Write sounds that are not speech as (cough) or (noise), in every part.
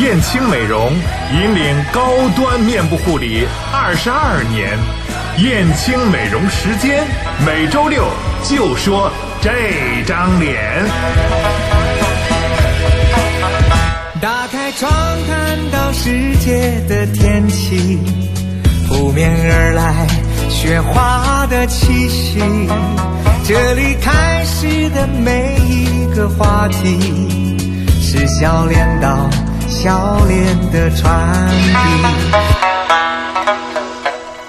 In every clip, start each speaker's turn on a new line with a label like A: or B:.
A: 燕青美容引领高端面部护理二十二年，燕青美容时间每周六就说这张脸。
B: 打开窗，看到世界的天气，扑面而来雪花的气息。这里开始的每一个话题，是笑脸到笑脸的传递。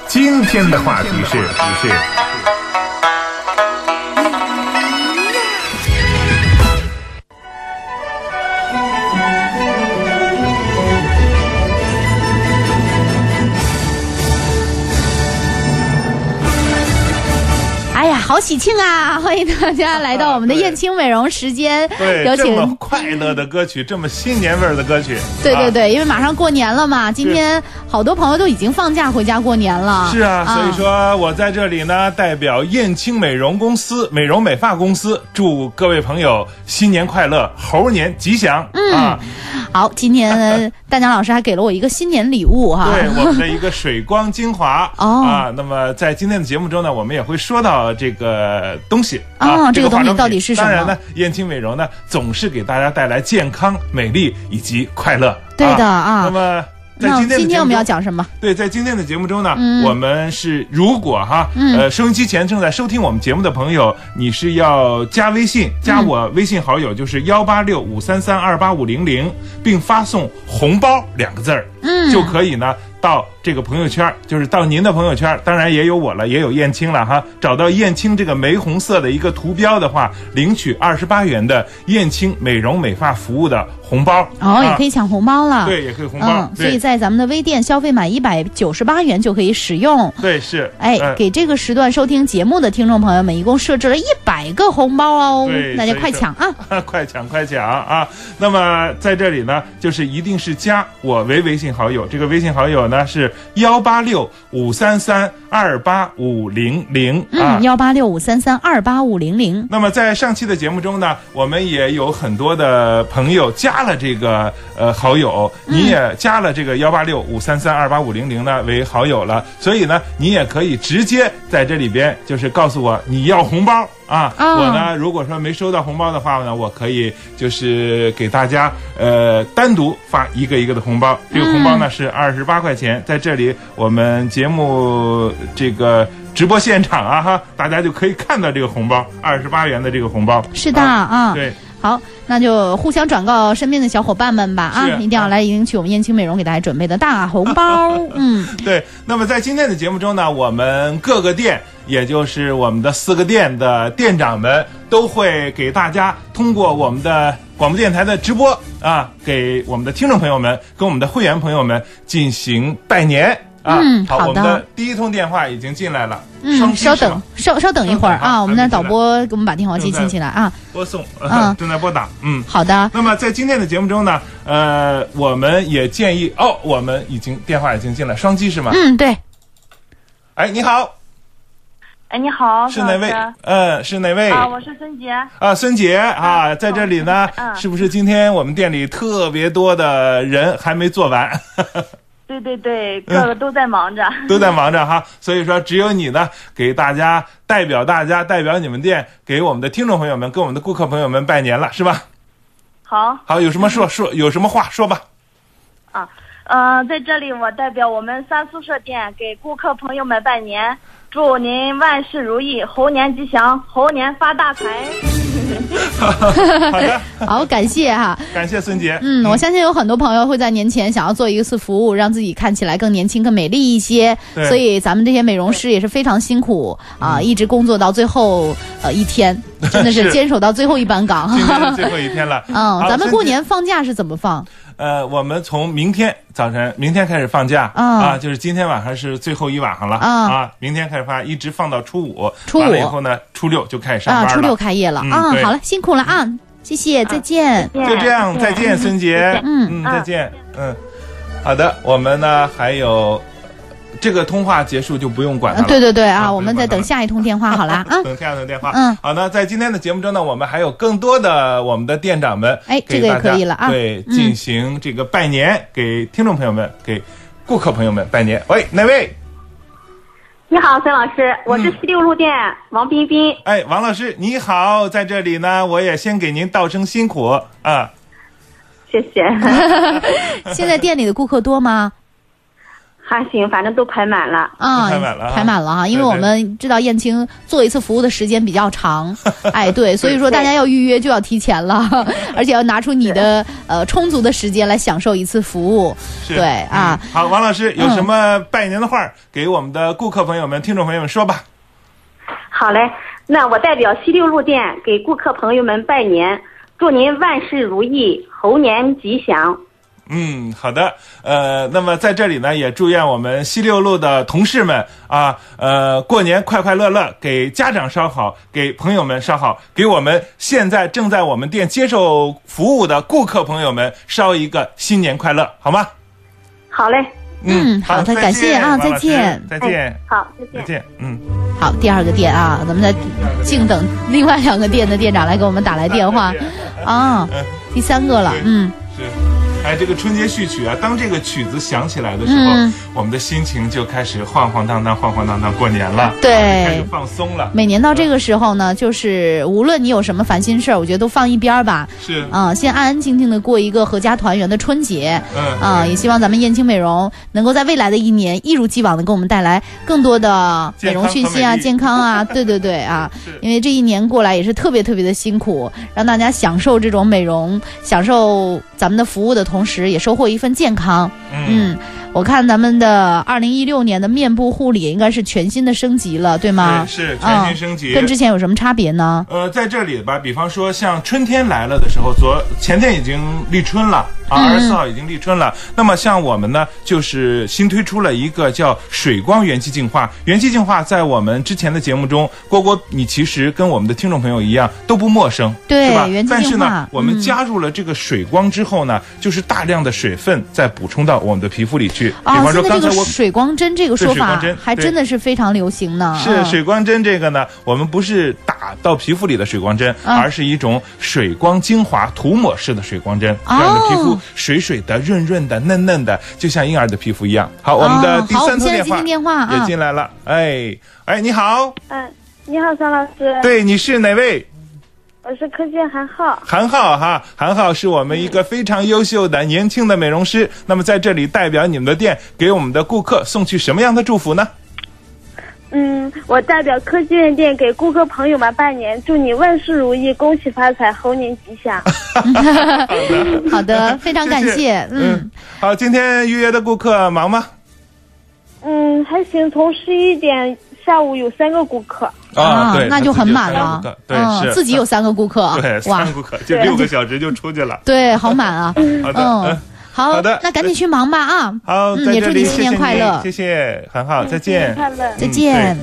A: 今天的话题是是
C: 哎呀，好喜庆啊！欢迎大家来到我们的
A: 对
C: 燕青美容时间，有
A: 对这
C: 请。
A: 么快乐的歌曲，这么新年味儿的歌曲，
C: 对对
A: 啊。
C: 对，因为马上过年了嘛，今天好多朋友都已经放假回家过年了。
A: 是啊，所以说我在这里呢，代表燕青美容公司、美容美发公司，祝各位朋友新年快乐，猴年吉祥、
C: 嗯
A: 啊！
C: 好，今年蛋江老师还给了我一个新年礼物哈。
A: (laughs) 对我们的一个水光精华
C: 啊哦
A: 啊，那么在今天的节目中呢，我们也会说到这个东西啊，
C: 哦这个东西
A: 化妆品
C: 到底是什么
A: 当然呢，燕青美容呢总是给大家带来健康、美丽以及快乐。
C: 对的
A: 啊
C: 啊
A: 那么在
C: 那
A: 今天的节目
C: 我们要
A: 中
C: 讲什么？
A: 对，在今天的节目中呢，
C: 嗯
A: 我们是如果哈，
C: 嗯
A: 呃，收音机前正在收听我们节目的朋友，你是要加微
C: 嗯
A: 信，加我微信好友就是幺八六五三三二八五零零，并发送“红包”两个字儿，
C: 嗯
A: 就可以呢到这个朋友圈，就是到您的朋友圈，当然也有我了，也有燕青了哈。找到燕青这个玫红色的一个图标的话，领取二十八元的燕青美容美发服务的红包，
C: 哦，也可
A: 以、
C: 以抢红包了。
A: 对，也可以红包，
C: 嗯，所
A: 对
C: 以在咱们的微店消费满一百九十八元就可以使用。
A: 对是，
C: 哎，
A: 呃
C: 给这个时段收听节目的听众朋友们，一共设置了一百个红包哦
A: 对，
C: 大家
A: 所以
C: 快
A: 说
C: 抢啊！
A: (laughs) 快抢快抢啊！那么在这里呢，就是一定是加我为微信好友，这个微信好友呢是幺八六五三三二八五零零啊
C: 嗯，。幺八六五三三二八五零零。
A: 那么在上期的节目中呢，我们也有很多的朋友加了这个呃好友，
C: 嗯
A: 你也加了这个幺八六五三三二八五零零呢为好友了，所以呢，你也可以直接在这里边就是告诉我你要红包啊，
C: 哦
A: 我呢如果说没收到红包的话呢，我可以就是给大家呃单独发一个一个的红包，这个红包呢是二十八块钱，在这里我们节目这个。直播现场啊哈，大家就可以看到这个红包，二十八元的这个红包。
C: 是的
A: 啊
C: 啊，
A: 对，
C: 好，那就互相转告身边的小伙伴们吧啊，
A: 是
C: 一定要来领取我们燕青美容给大家准备的大红包。
A: (laughs)
C: 嗯，
A: 对，那么在今天的节目中呢，我们各个店，也就是我们的四个店的店长们，都会给大家通过我们的广播电台的直播啊，给我们的听众朋友们跟我们的会员朋友们进行拜年啊。
C: 嗯
A: 好，
C: 好
A: 我们
C: 的
A: 的第一通电话已经进来了， (laughs)
C: 嗯，
A: 稍
C: 稍等，，稍稍等一
A: 稍等
C: 会儿
A: 啊
C: 啊，我们的
A: 咱们进来
C: 导播给我们把电话机进起来啊。
A: 播送，(laughs)
C: 嗯
A: 正在拨打，嗯。
C: 好的，
A: 那么在今天的节目中呢，呃，我们也建议哦，我们已经电话已经进了，双击是吗？
C: 嗯，对，
A: 哎，你好，
D: 哎，你好，
A: 是哪位
D: 孙老？
A: 嗯，是哪位？
D: 师啊，我是孙杰。
A: 啊，孙姐啊，
D: 嗯
A: 在这里呢，
D: 嗯
A: 是不是今天我们店里特别多的人还没做
C: (laughs)
A: 完，
D: 对对
A: 嗯
D: 对，各个都在忙着。
A: 都在忙着哈？所以说，只有你呢，给大家代表大家，代表你们店，给我们的听众朋友们，跟我们的顾客朋友们拜年了，是吧？
D: 好，
A: 好，有什么说
C: 嗯
A: 说，有什么话说
C: (laughs)
A: 吧。
D: 呃，在这里我代表我们三宿舍店给顾客朋友们拜年，祝您万事如意，猴年吉祥，猴年发大财。
A: 好的，
C: 好，感谢哈、
A: 感谢孙姐。
C: 嗯，我相信有很多朋友会在年前想要做一次服务，让自己看起来更年轻、更美丽一些。
A: 对嗯
C: 所以咱们这些美容师也是非常辛苦啊、一直工作到最后呃一天，真
A: (laughs)
C: 的
A: 是
C: 是坚守到最后一班岗。
A: 今天是最后一天了，
C: (laughs) 嗯，
A: 好
C: 咱们过。
A: 孙姐
C: 年放假是怎么放？
A: 呃，我们从明天早晨，明天开始放假、
C: 嗯
A: 啊，就是今天晚上是最后一晚上了、
C: 嗯
A: 啊，明天开始放，一直放到初五，
C: 初五
A: 完了以后呢，初六就开始上
C: 啊，
A: 班了。
C: 初六开业了、
A: 嗯
C: 啊
A: 对。嗯
C: 好了，辛苦了啊，谢谢，再见。
A: 就这样，再见，孙杰。嗯，
C: 嗯
A: 再见。嗯，好的，我们呢还有这个通话结束就不用管他
C: 嗯
A: 了。
C: 对对对啊，
A: 啊
C: 我们再等下一通电话好了啊。
A: 等下的电话。
C: 嗯
A: 好，那在今天的节目中呢，我们还有更多的我们的店长们，
C: 哎
A: 给
C: 这个也
A: 大家
C: 可以了啊
A: 对，
C: 嗯
A: 进行这个拜年，给听众朋友们，给顾客朋友们拜年。喂，哪位？
E: 你好，孙老师，
A: 嗯
E: 我是西六路店、王彬彬。
A: 哎，王老师你好，在这里呢，我也先给您道声辛苦啊。
E: 谢
A: (laughs)
E: 谢，
A: 嗯
C: (laughs) 现在店里的顾客多吗？
E: 还行，反正都排满了。
C: 啊，
A: 排满了啊
C: 排满了哈，因为
A: 对
C: 我
A: 对
C: 们知道燕青做一次服务的时间比
A: (laughs)
C: 较长，哎，对，所以说大家要预约就要提前了，而且要拿出你的呃充足的时间来享受一次服务。
A: 是嗯
C: 对啊，
A: 好，王老师有什么拜年的话儿给我们的顾客朋友们、听众朋友们说吧？
E: 好嘞，那我代表西六路店给顾客朋友们拜年，祝您万事如意，猴年吉祥。
A: 嗯，好的，呃，那么在这里呢，也祝愿我们西六路的同事们啊，呃，过年快快乐乐，给家长烧好，给朋友们烧好，给我们现在正在我们店接受服务的顾客朋友们烧一个新年快乐，好吗？
E: 好嘞，
C: 嗯好的
A: 再
C: 感谢啊
A: 王老
C: 再
A: 师
C: 见
A: 再
E: 哎
A: 见，
E: 好，再
A: 再
E: 见。
A: 见，嗯，
C: 好，第二个店啊，咱们再静等另外两个店的店长来给我们打来
A: (laughs)
C: 电话
A: 再见
C: 啊，第三个了
A: 对，
C: 嗯，
A: 嗯是，哎，这个春节序曲啊，当这个曲子响起来的时候，
C: 嗯
A: 我们的心情就开始晃晃荡荡、晃晃荡荡过年了，开始
C: 对。
A: 放松了，
C: 每年到这个时候呢，就是无论你有什么烦心事儿，我觉得都放一边儿吧，
A: 是，
C: 啊，先安安静静的过一个合家团圆的春节。
A: 嗯，
C: 啊、也希望咱们燕青美容能够在未来的一年一如既往的给我们带来更多的美容讯息啊、
A: 健
C: 健康
A: (laughs)
C: 啊，对对对啊
A: 是，
C: 因为这一年过来也是特别特别的辛苦，让大家享受这种美容，享受咱们的服务的同时，也收获一份健康。
A: 嗯，
C: 嗯，我看咱们的二零一六年的面部护理应该是全新的升级了，对吗嗯
A: 对，？是全新升级。
C: 啊跟之前有什么差别呢？
A: 呃，在这里吧，比方说像春天来了的时候，昨前天已经立春了
C: 嗯
A: 啊，二十四号已经立春了。那么像我们呢，就是新推出了一个叫水光元气净化。元气净化在我们之前的节目中，郭郭你其实跟我们的听众朋友一样都不陌生，
C: 对
A: 是吧
C: 元？气
A: 但是
C: 净
A: 呢
C: 化，
A: 我们
C: 嗯
A: 加入了这个水光之后呢，就是大量的水分再补充到我们的皮肤里去。比
C: 啊，
A: 方说
C: 现在
A: 刚
C: 这
A: 才
C: 个
A: 我
C: 水光针这个
A: 对
C: 说
A: 水光
C: 法
A: 针
C: 还
A: 对
C: 真的是非常流行呢。
A: 是
C: 嗯
A: 水光针这个呢，我们不是打到皮肤里的水光针，
C: 嗯
A: 而是一种水光精华涂抹式的水光针，
C: 哦
A: 让你的皮肤水水的、润润的、嫩嫩的，就像婴儿的皮肤一样。好，我们的
C: 哦
A: 第
C: 好我
A: 三
C: 们
A: 通
C: 现在
A: 电
C: 接
A: 话
C: 听电话啊
A: 也进来了。哎哎，你好，
D: 嗯，你好，张老师，
C: 呃
A: 对，你是哪位？
D: 我是科技韩浩。
A: 韩浩哈，韩浩是我们一个非常优秀的年轻的美容师。那么在这里代表你们的店，给我们的顾客送去什么样的祝福呢？
D: 嗯，我代表科技院店给顾客朋友们拜年，祝你万事如意，恭喜发财，猴年吉祥。
C: (laughs) 好
A: (laughs)
C: 的，非常感
A: 谢谢
C: 谢。嗯，，
A: 好，今天预约的顾客忙吗？
D: 嗯，还行，从十一点下午有三个顾客。
A: 啊，对，
C: 那就很满
A: 他
C: 了
A: 自己有三个顾客。对，
C: 嗯，
A: 是
C: 自己有三个顾客，
A: (laughs) 对
C: 哇
A: 三个，顾客，就六个小时就出去了。
C: 对，好满
A: (laughs)
C: 啊。
A: 好的，
C: 嗯
A: 嗯，，
C: 好，
A: 好的
C: 那赶紧去忙吧啊。
A: 好，
C: 嗯
A: 在
C: 也
A: 这
C: 祝
A: 里
C: 你新
A: 谢
C: 年
A: 谢
C: 快
A: 您
C: 乐
A: 谢谢，很好，再见。
D: 嗯
A: 嗯
D: 快乐。
C: 再见。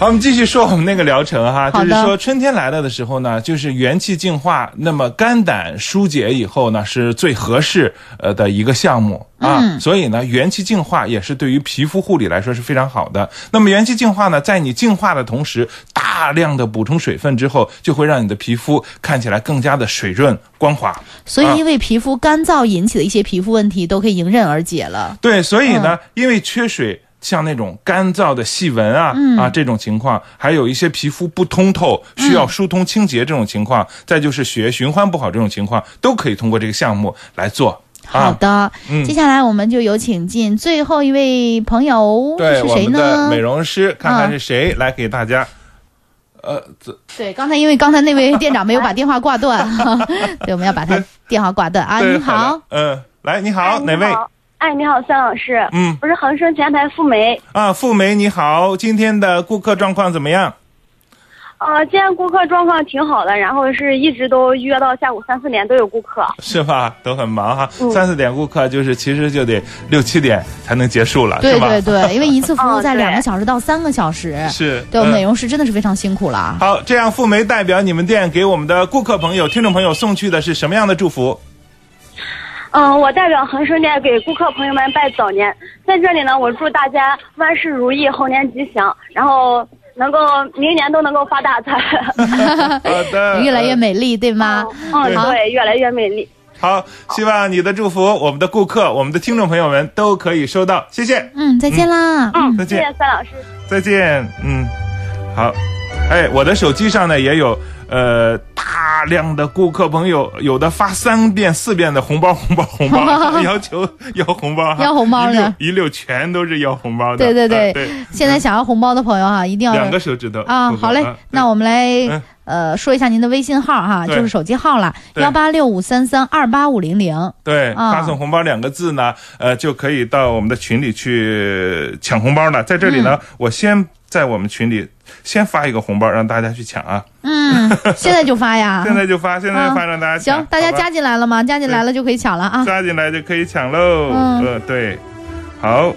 A: 好，我们继续说我们那个疗程哈，
C: 好
A: 就
C: 的
A: 是说春天来了的时候呢，就是元气净化，那么肝胆疏解以后呢，是最合适呃的一个项目啊。
C: 嗯
A: 所以呢，元气净化也是对于皮肤护理来说是非常好的。那么元气净化呢，在你净化的同时，大量的补充水分之后，就会让你的皮肤看起来更加的水润光滑。
C: 所
A: 啊
C: 以，因为皮肤干燥引起的一些皮肤问题，都可以迎刃而解了。
A: 对，所以
C: 嗯
A: 呢，因为缺水，像那种干燥的细纹啊、
C: 嗯
A: 啊这种情况，还有一些皮肤不通透、需要疏通清洁这种情况，再就是血液循环不好这种情况，都可以通过这个项目来做。
C: 好
A: 啊，
C: 的，
A: 嗯
C: 接下来我们就有请进最后一位朋友，这
A: 对
C: 是
A: 我
C: 谁
A: 们的
C: 呢
A: 美？容师，看看
C: 啊
A: 是谁来给大家。呃，这
C: 对，刚才因为刚才那位店长没有把电话
A: (laughs)
C: 挂断，对，我们要把他电话挂断啊。
A: 对
C: 你好
A: 的，嗯，来，你好，哪位？？
D: 哎，你好，三老师，
A: 嗯
D: 我是恒生前台付梅。
A: 啊，富梅，你好，今天的顾客状况怎么样？
D: 呃，今天顾客状况挺好的，然后是一直都约到下午三四点都有顾客。
A: 是吧？都很忙哈，
C: 嗯
A: 三四点顾客就是其实就得六七点才能结束了，
C: 对
A: 是吧？
C: 对对，因为一次服务在
D: 哦对
C: 两个小时到三个小时，
A: 是
C: 对
A: 嗯
C: 美容师真的是非常辛苦了。
A: 好，这样富梅
C: (laughs)
A: 代表你们店给我们的顾客朋友、听众朋友送去的是什么样的祝福？
D: 嗯，我代表恒生店给顾客朋友们拜早年。在这里呢，我祝大家万事如意，猴年吉祥，然后能够明年都能够发
A: (laughs)
D: 大财。
A: 好的，
C: 越来越美丽，对
A: 啊
C: 吗？
D: (laughs) 嗯，
C: 好
D: 对，越来越美丽。
A: 呃好，希望你的祝福，我们的顾客、我们的听众朋友们都可以收到，谢谢，
C: 嗯，再见啦。
D: 嗯，
A: 再
D: 谢
A: 见
D: 谢三老师。
A: 再见，嗯，好，哎，我的手机上呢也有呃大量的顾客朋友，有的发三遍、四遍的红包、红包、红
C: (laughs)
A: 包，要求要红包哈，
C: 要红
A: 一
C: 包的
A: 溜一溜全都是要红包的，
C: 对对对
A: 啊对，
C: 现在想要红包的朋友哈，一定要
A: 两个手指头
C: 啊，
A: 够
C: 好
A: 了
C: 嘞
A: 啊，
C: 那我们来
A: 嗯
C: 呃说一下您的微信号哈，
A: 对
C: 就是手机号啦，
A: 对
C: 幺八六五三三二八五零零。
A: 对，
C: 啊
A: 发送红包两个字呢，呃，就可以到我们的群里去抢红包了。在这里呢，
C: 嗯
A: 我先在我们群里先发一个红包，让大家去抢啊！
C: 嗯，现在就发
A: (laughs)
C: 呀。
A: 现在就发，现在就发，
C: 啊
A: 让大家抢。
C: 行，大家
A: 好吧
C: 加进来了吗？加进来了就可以抢了啊。
A: 加进来就可以抢喽。
C: 嗯
A: 呃，对，好，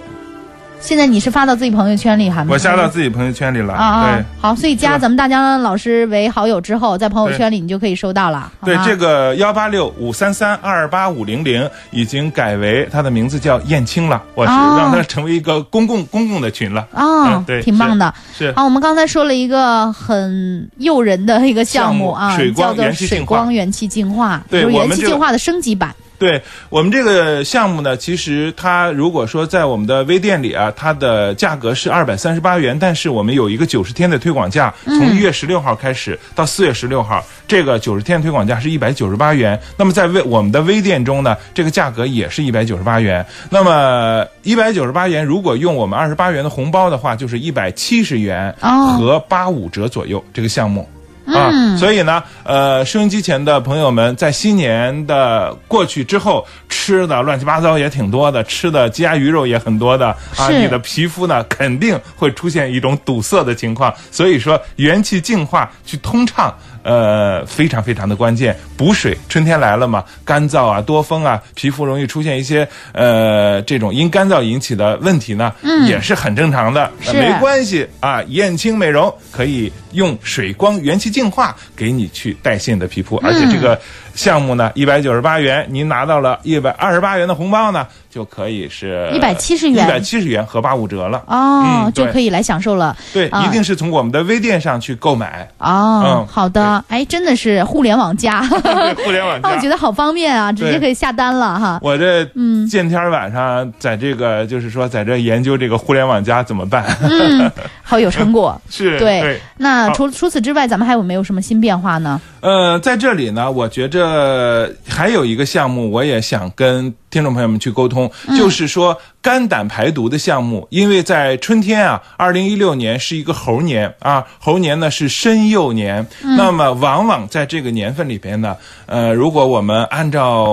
C: 现在你是发到自己朋友圈里还吗？
A: 我加到自己朋友圈里了。
C: 啊啊
A: 对。，
C: 好，所以
A: 是
C: 加
A: 吧
C: 咱们大江老师为好友之后，在朋友圈里你就可以收到了。好
A: 对
C: 吗，
A: 这个幺八六五三三二八五零零已经改为它的名字叫燕青了，我是
C: 哦
A: 让它成为一个公共公共的群了，
C: 啊
A: 嗯，对
C: 挺棒的。
A: 是
C: 好，我们刚才说了一个很诱人的一个项目啊，
A: 项目水光
C: 叫做
A: 元气净
C: 水
A: 化
C: 光元气净化，
A: 对
C: 就是
A: 我
C: 元
A: 们
C: 气
A: 这个
C: 净化的升级版。
A: 对我们这个项目呢，其实它如果说在我们的微店里啊，它的价格是二百三十八元，但是我们有一个九十天的推广价，从一月十六号开始到四月十六号，这个九十天推广价是一百九十八元。那么在微我们的微店中呢，这个价格也是一百九十八元。那么一百九十八元，如果用我们二十八元的红包的话，就是一百七十元
C: 哦
A: 和八五折左右这个项目。啊，所以呢，呃，收音机前的朋友们，在新年的过去之后，吃的乱七八糟也挺多的，吃的鸡鸭鱼肉也很多的啊，
C: 是
A: 你的皮肤呢肯定会出现一种堵塞的情况，所以说元气净化去通畅，呃，非常非常的关键。补水，春天来了嘛，干燥啊、多风啊，皮肤容易出现一些呃这种因干燥引起的问题呢，也是很正常的，
C: 是
A: 没关系啊。燕青美容可以用水光元气净化给你去代谢你的皮肤，而且这个项目呢，一百九十八元，您拿到了一百二十八元的红包呢，就可以是
C: 170
A: 一百
C: 元
A: 七十元和八五折了。
C: 哦，
A: 嗯
C: 就
A: 对
C: 可以来享受了。
A: 对，
C: 啊
A: 一定是从我们的微店上去购买。
C: 哦，
A: 嗯
C: 好的，哎，真的是互联网加， (laughs)
A: 对， (laughs) 互联网
C: 啊我
A: 加
C: 觉。得好嗯方便啊，直接
A: 对
C: 可以下单了哈。
A: 我这见天儿晚上在这个就是说在这研究这个互联网加怎么办？
C: 嗯，好有成果。
A: (laughs) 是
C: 对那
A: 好
C: 除除此之外，咱们还有没有什么新变化呢？
A: 呃，在这里呢，我觉着还有一个项目，我也想跟听众朋友们去沟通，就是说肝胆排毒的项目，因为在春天啊，二零一六年是一个猴年啊，猴年呢是申酉年，那么往往在这个年份里边呢，呃，如果我们按照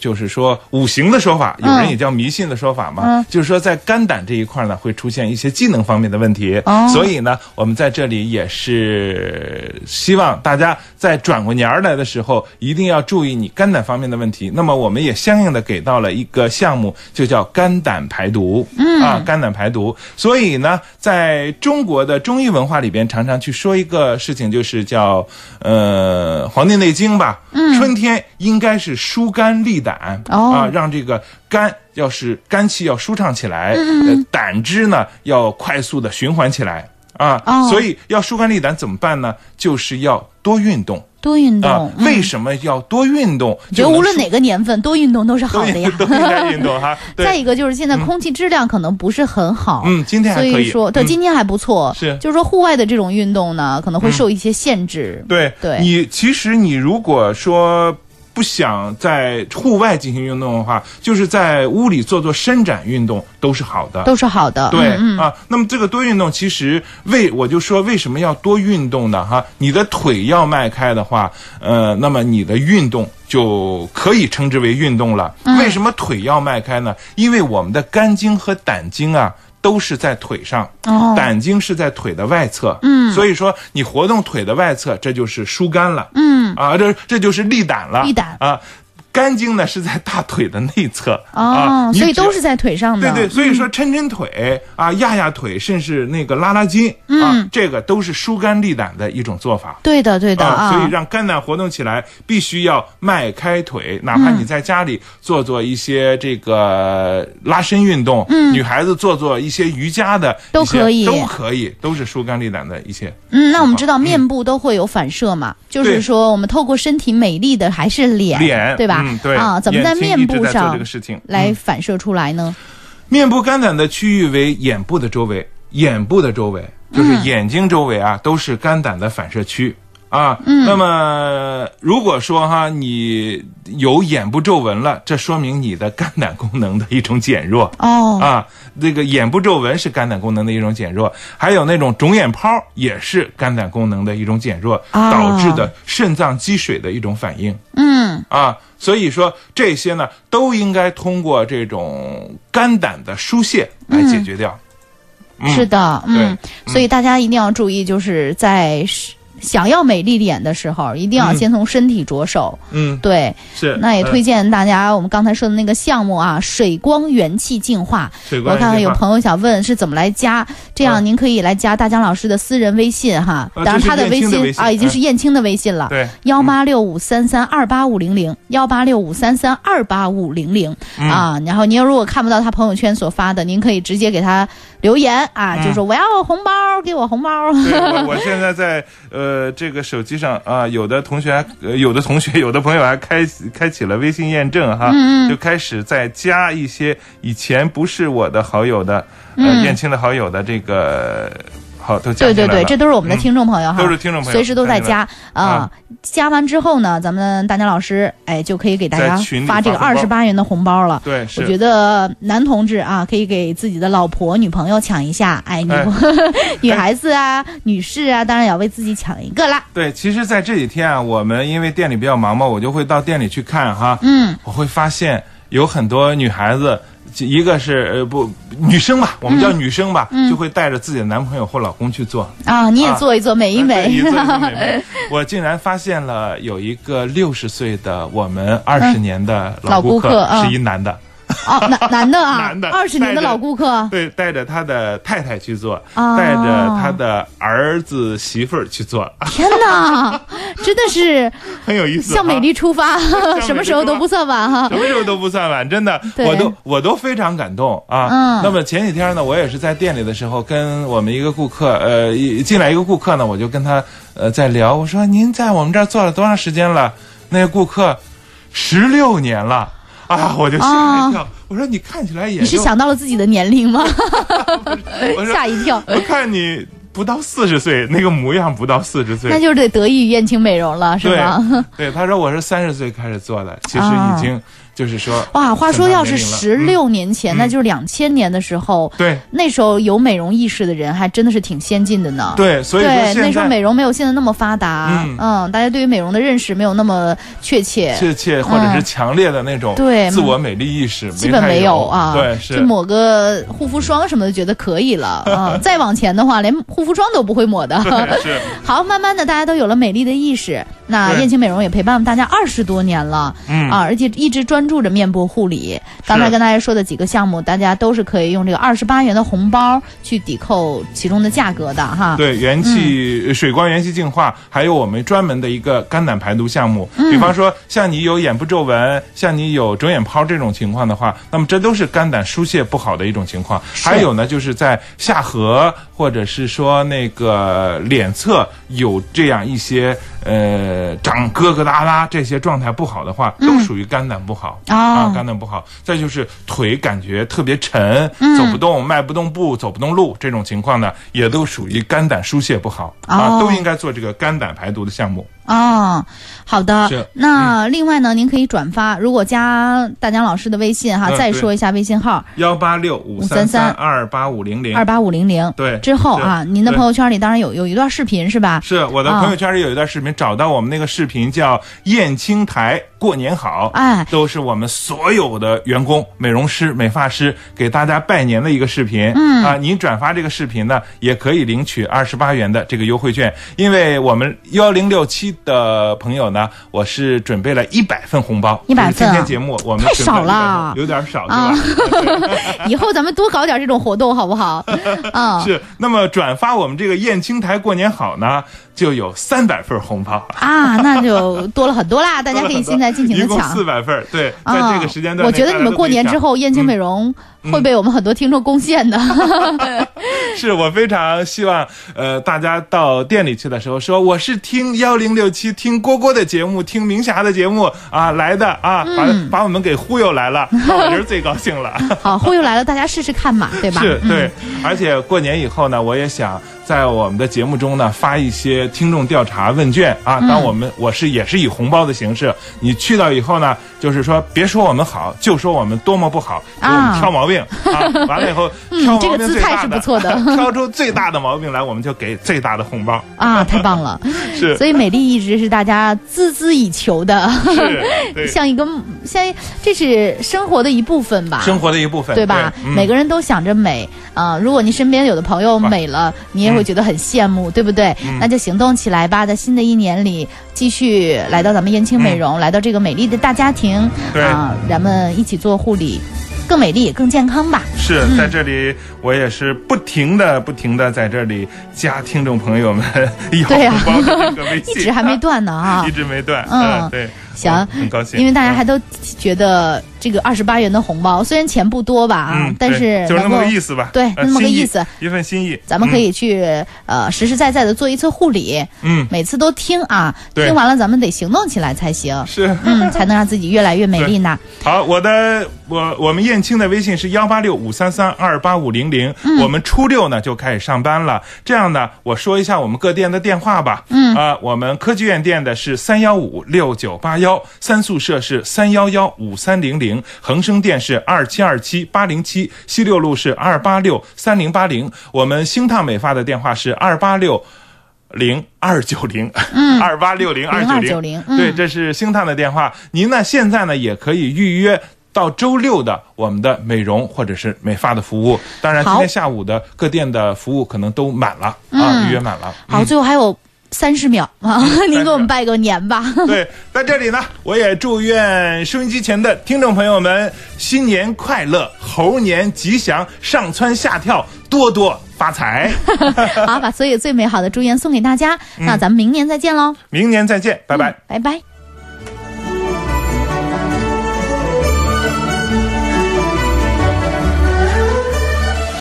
A: 就是说五行的说法，有人也叫迷信的说法嘛，
C: 嗯
A: 就是说在肝胆这一块呢，会出现一些技能方面的问题，
C: 哦
A: 所以。所以呢，我们在这里也是希望大家在转过年儿来的时候，一定要注意你肝胆方面的问题。那么我们也相应的给到了一个项目，就叫肝胆排毒。嗯啊，肝胆排毒。所以呢，在中国的中医文化里边，常常去说一个事情，就是叫呃《黄帝内经》吧。嗯，春天应该是疏肝利胆、
C: 哦
A: 啊，让这个肝要是肝气要舒畅起来，
C: 嗯
A: 呃、胆汁呢要快速的循环起来啊。
C: 哦
A: 所以要疏肝利胆怎么办呢？就是要多运动
C: 多运
A: 啊
C: 动，。嗯
A: 为什么要多运动？
C: 我觉得无论哪个年份，多运动都是好
A: 都
C: 的呀
A: 应。 (laughs) 都应该
C: (laughs)
A: 运动哈。
C: 再
A: 对，
C: 一个就是现在空气质量可能不是很好，
A: 嗯，今天还
C: 所
A: 可以
C: 说对
A: 嗯
C: 今天还不错，
A: 是
C: 就是说户外的这种运动呢，可能会受一些限制。
A: 对，
C: 对
A: 你其实你如果说不想在户外进行运动的话，就是在屋里做做伸展运动都是好的。
C: 都是好的。
A: 对、
C: 嗯
A: 啊，那么这个多运动其实为我就说为什么要多运动呢？哈，你的腿要迈开的话，呃，那么你的运动就可以称之为运动了。
C: 嗯
A: 为什么腿要迈开呢？因为我们的肝经和胆经啊。都是在腿上，
C: 哦
A: 胆经是在腿的外侧，嗯，所以说你活动腿的外侧，这就是疏肝了，嗯啊，这这就是利胆了，
C: 利胆
A: 啊，肝经呢是在大腿的内侧
C: 哦
A: 啊，，你
C: 所以
A: 只
C: 都是在腿上的。
A: 对对，所以说抻抻腿啊，压压腿，甚至那个拉拉筋啊
C: 嗯，
A: 这个都是疏肝利胆的一种做法。
C: 对的对的
A: 啊，
C: 啊。
A: 所以让肝胆活动起来，必须要迈开腿，
C: 嗯
A: 哪怕你在家里做做一些这个拉伸运动，
C: 嗯
A: 女孩子做做一些瑜伽的，
C: 都
A: 一些
C: 可以
A: 都可以，都是疏肝利胆的一些。
C: 嗯，那我们知道面部都会有反射嘛，就是说我们透过身体美丽的还是脸，
A: 脸
C: 对吧？
A: 嗯，对
C: 啊，怎么在
A: 眼睛
C: 面部
A: 一直在做
C: 上
A: 这个事情？嗯
C: 来反射出来呢？
A: 面部肝胆的区域为眼部的周围，眼部的周围就是眼睛周围啊，都是肝胆的反射区啊。那么如果说哈你有眼部皱纹了，这说明你的肝胆功能的一种减弱。
C: 哦，
A: 啊，这个眼部皱纹是肝胆功能的一种减弱，还有那种肿眼泡也是肝胆功能的一种减弱
C: 啊
A: 导致的肾脏积水的一种反应
C: 嗯，
A: 啊。所以说这些呢，都应该通过这种肝胆的疏泄来解决掉。嗯
C: 是的，嗯，
A: 嗯
C: 所以大家一定要注意，就是在是想要美丽脸的时候，一定要
A: 嗯
C: 先从身体着手。
A: 嗯，
C: 对，
A: 是。
C: 那也
A: 嗯、
C: 推荐大家我们刚才说的那个项目啊，水光元气净化。
A: 水
C: 我
A: 光
C: 看看
A: 一句
C: 有
A: 话
C: 朋友想问是怎么来加，这样
A: 嗯
C: 您可以来加大江老师的私人微信哈，
A: 呃
C: 当然
A: 这是
C: 他微
A: 燕青的微信嗯
C: 啊已经是燕青的微信了。
A: 对
C: 幺八六五三三二八五零零，幺八六五三三二八五零零
A: 嗯
C: 啊。然后您如果看不到他朋友圈所发的，您可以直接给他留言啊，
A: 嗯
C: 就说我要红包，给我红
A: (laughs)
C: 包。(laughs)
A: 对，我我现在在呃这个手机上啊、有的同学还、呃有的同学、有的朋友还开开启了微信验证哈，
C: 嗯
A: 就开始在加一些以前不是我的好友的，呃，燕青的好友的这个好都加进
C: 对对
A: 来
C: 嗯对，
A: 了
C: 这都是我们的听众朋友哈，
A: 都是听众朋友
C: 随时都在加啊
A: 啊。
C: 加完之后呢，咱们大江老师哎就可以给大
A: 在
C: 家
A: 群里
C: 发这个
A: 发
C: 二
A: 红包
C: 十八元的红包了。
A: 对
C: 我
A: 是
C: 觉得男同志啊，可以给自己的老婆、女朋友抢一下，哎，女、
A: 哎
C: (laughs) 女孩子啊、女士啊，当然也要为自己抢一个啦。
A: 对，其实，在这几天啊，我们因为店里比较忙嘛，我就会到店里去看哈。
C: 嗯，
A: 我会发现有很多女孩子，一个是呃不女生
C: 嗯
A: 吧，我们叫女生吧，就会带着自己的男朋友或老公去做。
C: 啊，你也
A: 啊
C: 做一做，美一
A: 对
C: 美
A: 一。座一座美眉我竟然发现了有一个六十岁的我们二十年的
C: 老
A: 顾
C: 顾客啊
A: 是一男的，
C: (laughs) 哦，男男的啊
A: 男的，
C: 二十年的
A: 带着
C: 老顾客
A: 对，带着他的太太去做，
C: 啊
A: 带着他的儿子媳妇儿去做， (laughs)
C: 天哪，真的是
A: 很有意思、啊。
C: 向美丽出发， (laughs) 什么时候
A: 出发
C: 都不算晚哈。
A: (laughs) 什么时候都不算晚，真的，
C: 对
A: 我都我都非常感动啊。
C: 嗯
A: 那么前几天呢，我也是在店里的时候，跟我们一个顾客，呃，一进来一个顾客呢，我就跟他呃在聊，我说您在我们这儿做了多长时间了？那个顾客，十六年了。啊！我就吓了一跳，我说你看起来也
C: 哦你是
A: 就
C: 想到了自己的年龄吗？
A: (laughs) 我说
C: 吓一跳，
A: 我看你不到四十岁，那个模样不到四十岁，
C: 那就是得得益于燕青美容了，是吗？
A: (laughs) 对，对，他说我是三十岁开始做的，其实
C: 啊
A: 已经就是说，
C: 哇，话说要是十
A: 嗯
C: 六年前，那就是两千年的时候，
A: 对
C: 那时候有美容意识的人还真的是挺先进的呢。。
A: 嗯对，所以说
C: 对
A: 现，在
C: 那时候美容没有现在那么发达，
A: 嗯
C: 大家对于美容的认识没有那么确切，嗯
A: 确切或者是强烈的那种
C: 对
A: 自我美丽意识，
C: 基本
A: 太
C: 没
A: 有
C: 啊。
A: 对，是
C: 就抹个护肤霜什么的，觉得可以
A: (laughs)
C: 了啊。再往前的话，连护肤霜都不会抹的。
A: 对是
C: (laughs) 好，慢慢的大家都有了美丽的意识，那
A: 对
C: 燕青美容也陪伴我们大家二十多年了，
A: 嗯
C: 啊，而且一直专注着面部护理。刚才跟大家说的几个项目，大家都是可以用这个二十八元的红包去抵扣其中的价格的哈。
A: 对元气、呃水光元气净化，还有我们专门的一个肝胆排毒项目。
C: 嗯
A: 比方说，像你有眼部皱纹，像你有肿眼泡这种情况的话，那么这都是肝胆疏泄不好的一种情况。还有呢，就是在下颌或者是说那个脸侧有这样一些呃长疙疙瘩瘩这些状态不好的话，都属于肝胆不好、
C: 嗯哦
A: 啊，肝胆不好。再就是腿感觉特别沉，走不动、迈不动步、走不动路这种情况呢，也都属于肝胆疏泄不好、
C: 哦
A: 啊，都应该做这个肝胆排毒的项目。
C: 哦，好
A: 是嗯
C: 的。那另外呢，您可以转发，如果加大江老师的微信哈，
A: 嗯
C: 再
A: 对
C: 说一下微信号
A: 幺八六五三三二八五零零
C: 二，八五零零。
A: 对
C: 之后啊，
A: 是
C: 您的
A: 对
C: 朋友圈里当然有有一段视频是吧？
A: 是我的
C: 啊
A: 朋友圈里有一段视频，找到我们那个视频叫“燕青台过年好”，
C: 哎
A: 都是我们所有的员工、美容师、美发师给大家拜年的一个视频。嗯啊，您转发这个视频呢，也可以领取二十八元的这个优惠券，因为我们幺零六七的朋友呢，我是准备了一百份红包。
C: 100份啊
A: 就是今天节目我们
C: 太
A: 准备
C: 少
A: 100
B: 了
A: 份有点少，
C: 啊
A: 对吧？，
C: (laughs) 以后咱们多搞点这种活动好
A: (laughs)
C: 不好？嗯，
A: 是，那么转发我们这个燕青台过年好呢，就有三百份红包，
C: 啊，那就多了很多啦，大家可以现在尽情
A: (laughs) 一
C: 的
A: 共
C: 抢
A: 四。百份。对，在
C: 啊，
A: 这个时间段，
C: 我觉得你们过年之。后，燕青
A: 嗯
C: 美容会被我们很多听众攻
A: (laughs)
C: 陷的。 (laughs)
A: 是我非常希望，呃，大家到店里去的时候说我是听幺零六七、听郭郭的节目、听明霞的节目啊来的啊，把、
C: 嗯
A: 把我们给忽悠
C: (laughs)
A: 来了，那我就是最高兴了。
C: 好，忽悠来了，大家试试看嘛，对吧？
A: 是
C: 嗯
A: 对，而且过年以后呢，我也想在我们的节目中呢发一些听众调查问卷啊。
C: 嗯
A: 当我们我是也是以红包的形式，你去到以后呢，就是说别说我们好，就说我们多么不好，给我
C: 啊嗯
A: 们挑毛病
C: (laughs)
A: 啊。完了以后，挑毛
C: 这个
A: 病
C: 姿
A: 最
C: 态
A: 大
C: 是不错的
A: (laughs) 挑出最大的毛病来，我们就给最大的红
C: (laughs)
A: 包。
C: 啊，太棒了！
A: (laughs) 是
C: 所以美丽一直是大家孜孜以求的，
A: 是，对，
C: 像一个像这是生活的一部分吧。
A: (laughs) 生活的一部分，
C: 对吧？
A: 嗯
C: 每个人都想着美啊、如果你身边有的朋友美了，你也会觉得很羡
A: 嗯
C: 慕，对不对？那就行动起来吧，在新的一年里继续来到咱们燕青美容，来到这个美丽的大家庭
A: 嗯对
C: 啊、咱们一起做护理，更美丽、更健康吧。
A: 是
C: 嗯
A: 在这里，我也是不停的、不停的在这里加听众朋友们 (laughs) 一红
C: 对呀
A: 包的这个微信，
C: (laughs) 一直还没断呢
A: (laughs)
C: 啊！
A: 一直没断。
C: 嗯
A: 嗯，对，
C: 行
A: 我很高兴，
C: 因为大家还
A: 嗯
C: 都觉得这个二十八元的红包虽然钱不多吧啊，
A: 嗯，
C: 但
A: 对
C: 是
A: 就是那
C: 能够
A: 么个意思嗯吧，
C: 对
A: 呃
C: 那么个
A: 心
C: 意思，
A: 一份心意，
C: 咱们可以去、呃实实在在的做一次护理，
A: 嗯，嗯，
C: 每次都听啊，
A: 对
C: 听完了咱们得行动起来才行，
A: 是。
C: 嗯，才能让自己越来越美丽呢。
A: 好，我的我我们燕青的微信是幺八六五三三二八五零零。我们初六呢就开始上班了，这样呢，我说一下我们各店的电话吧。嗯啊、我们科技院店的是三幺五六九八幺，三宿舍是三幺幺五三零零，恒生店是二七二七八零七，西六路是二八六三零八零。我们星烫美发的电话是二八六。零二九零，嗯，二八六零二九
C: 0290嗯
A: 对，这是星探的电话。您呢，现在呢也可以预约到周六的我们的美容或者是美发的服务。当然，今
C: 好嗯
A: 天下午的各店的服务可能都满了啊，预约满了。
C: 好，最后还有三十秒啊， (laughs) 您给我们
A: 30
C: 拜个年吧。
A: 对，在这里呢，我也祝愿收音机前的听众朋友们新年快乐，猴年吉祥，上蹿下跳，多多发
C: (laughs)
A: 财。
C: 好，把所有最美好的祝愿送给大家，那咱们明年再见
A: 嗯
C: 喽，嗯
A: 明年再见，拜拜。
C: 拜拜。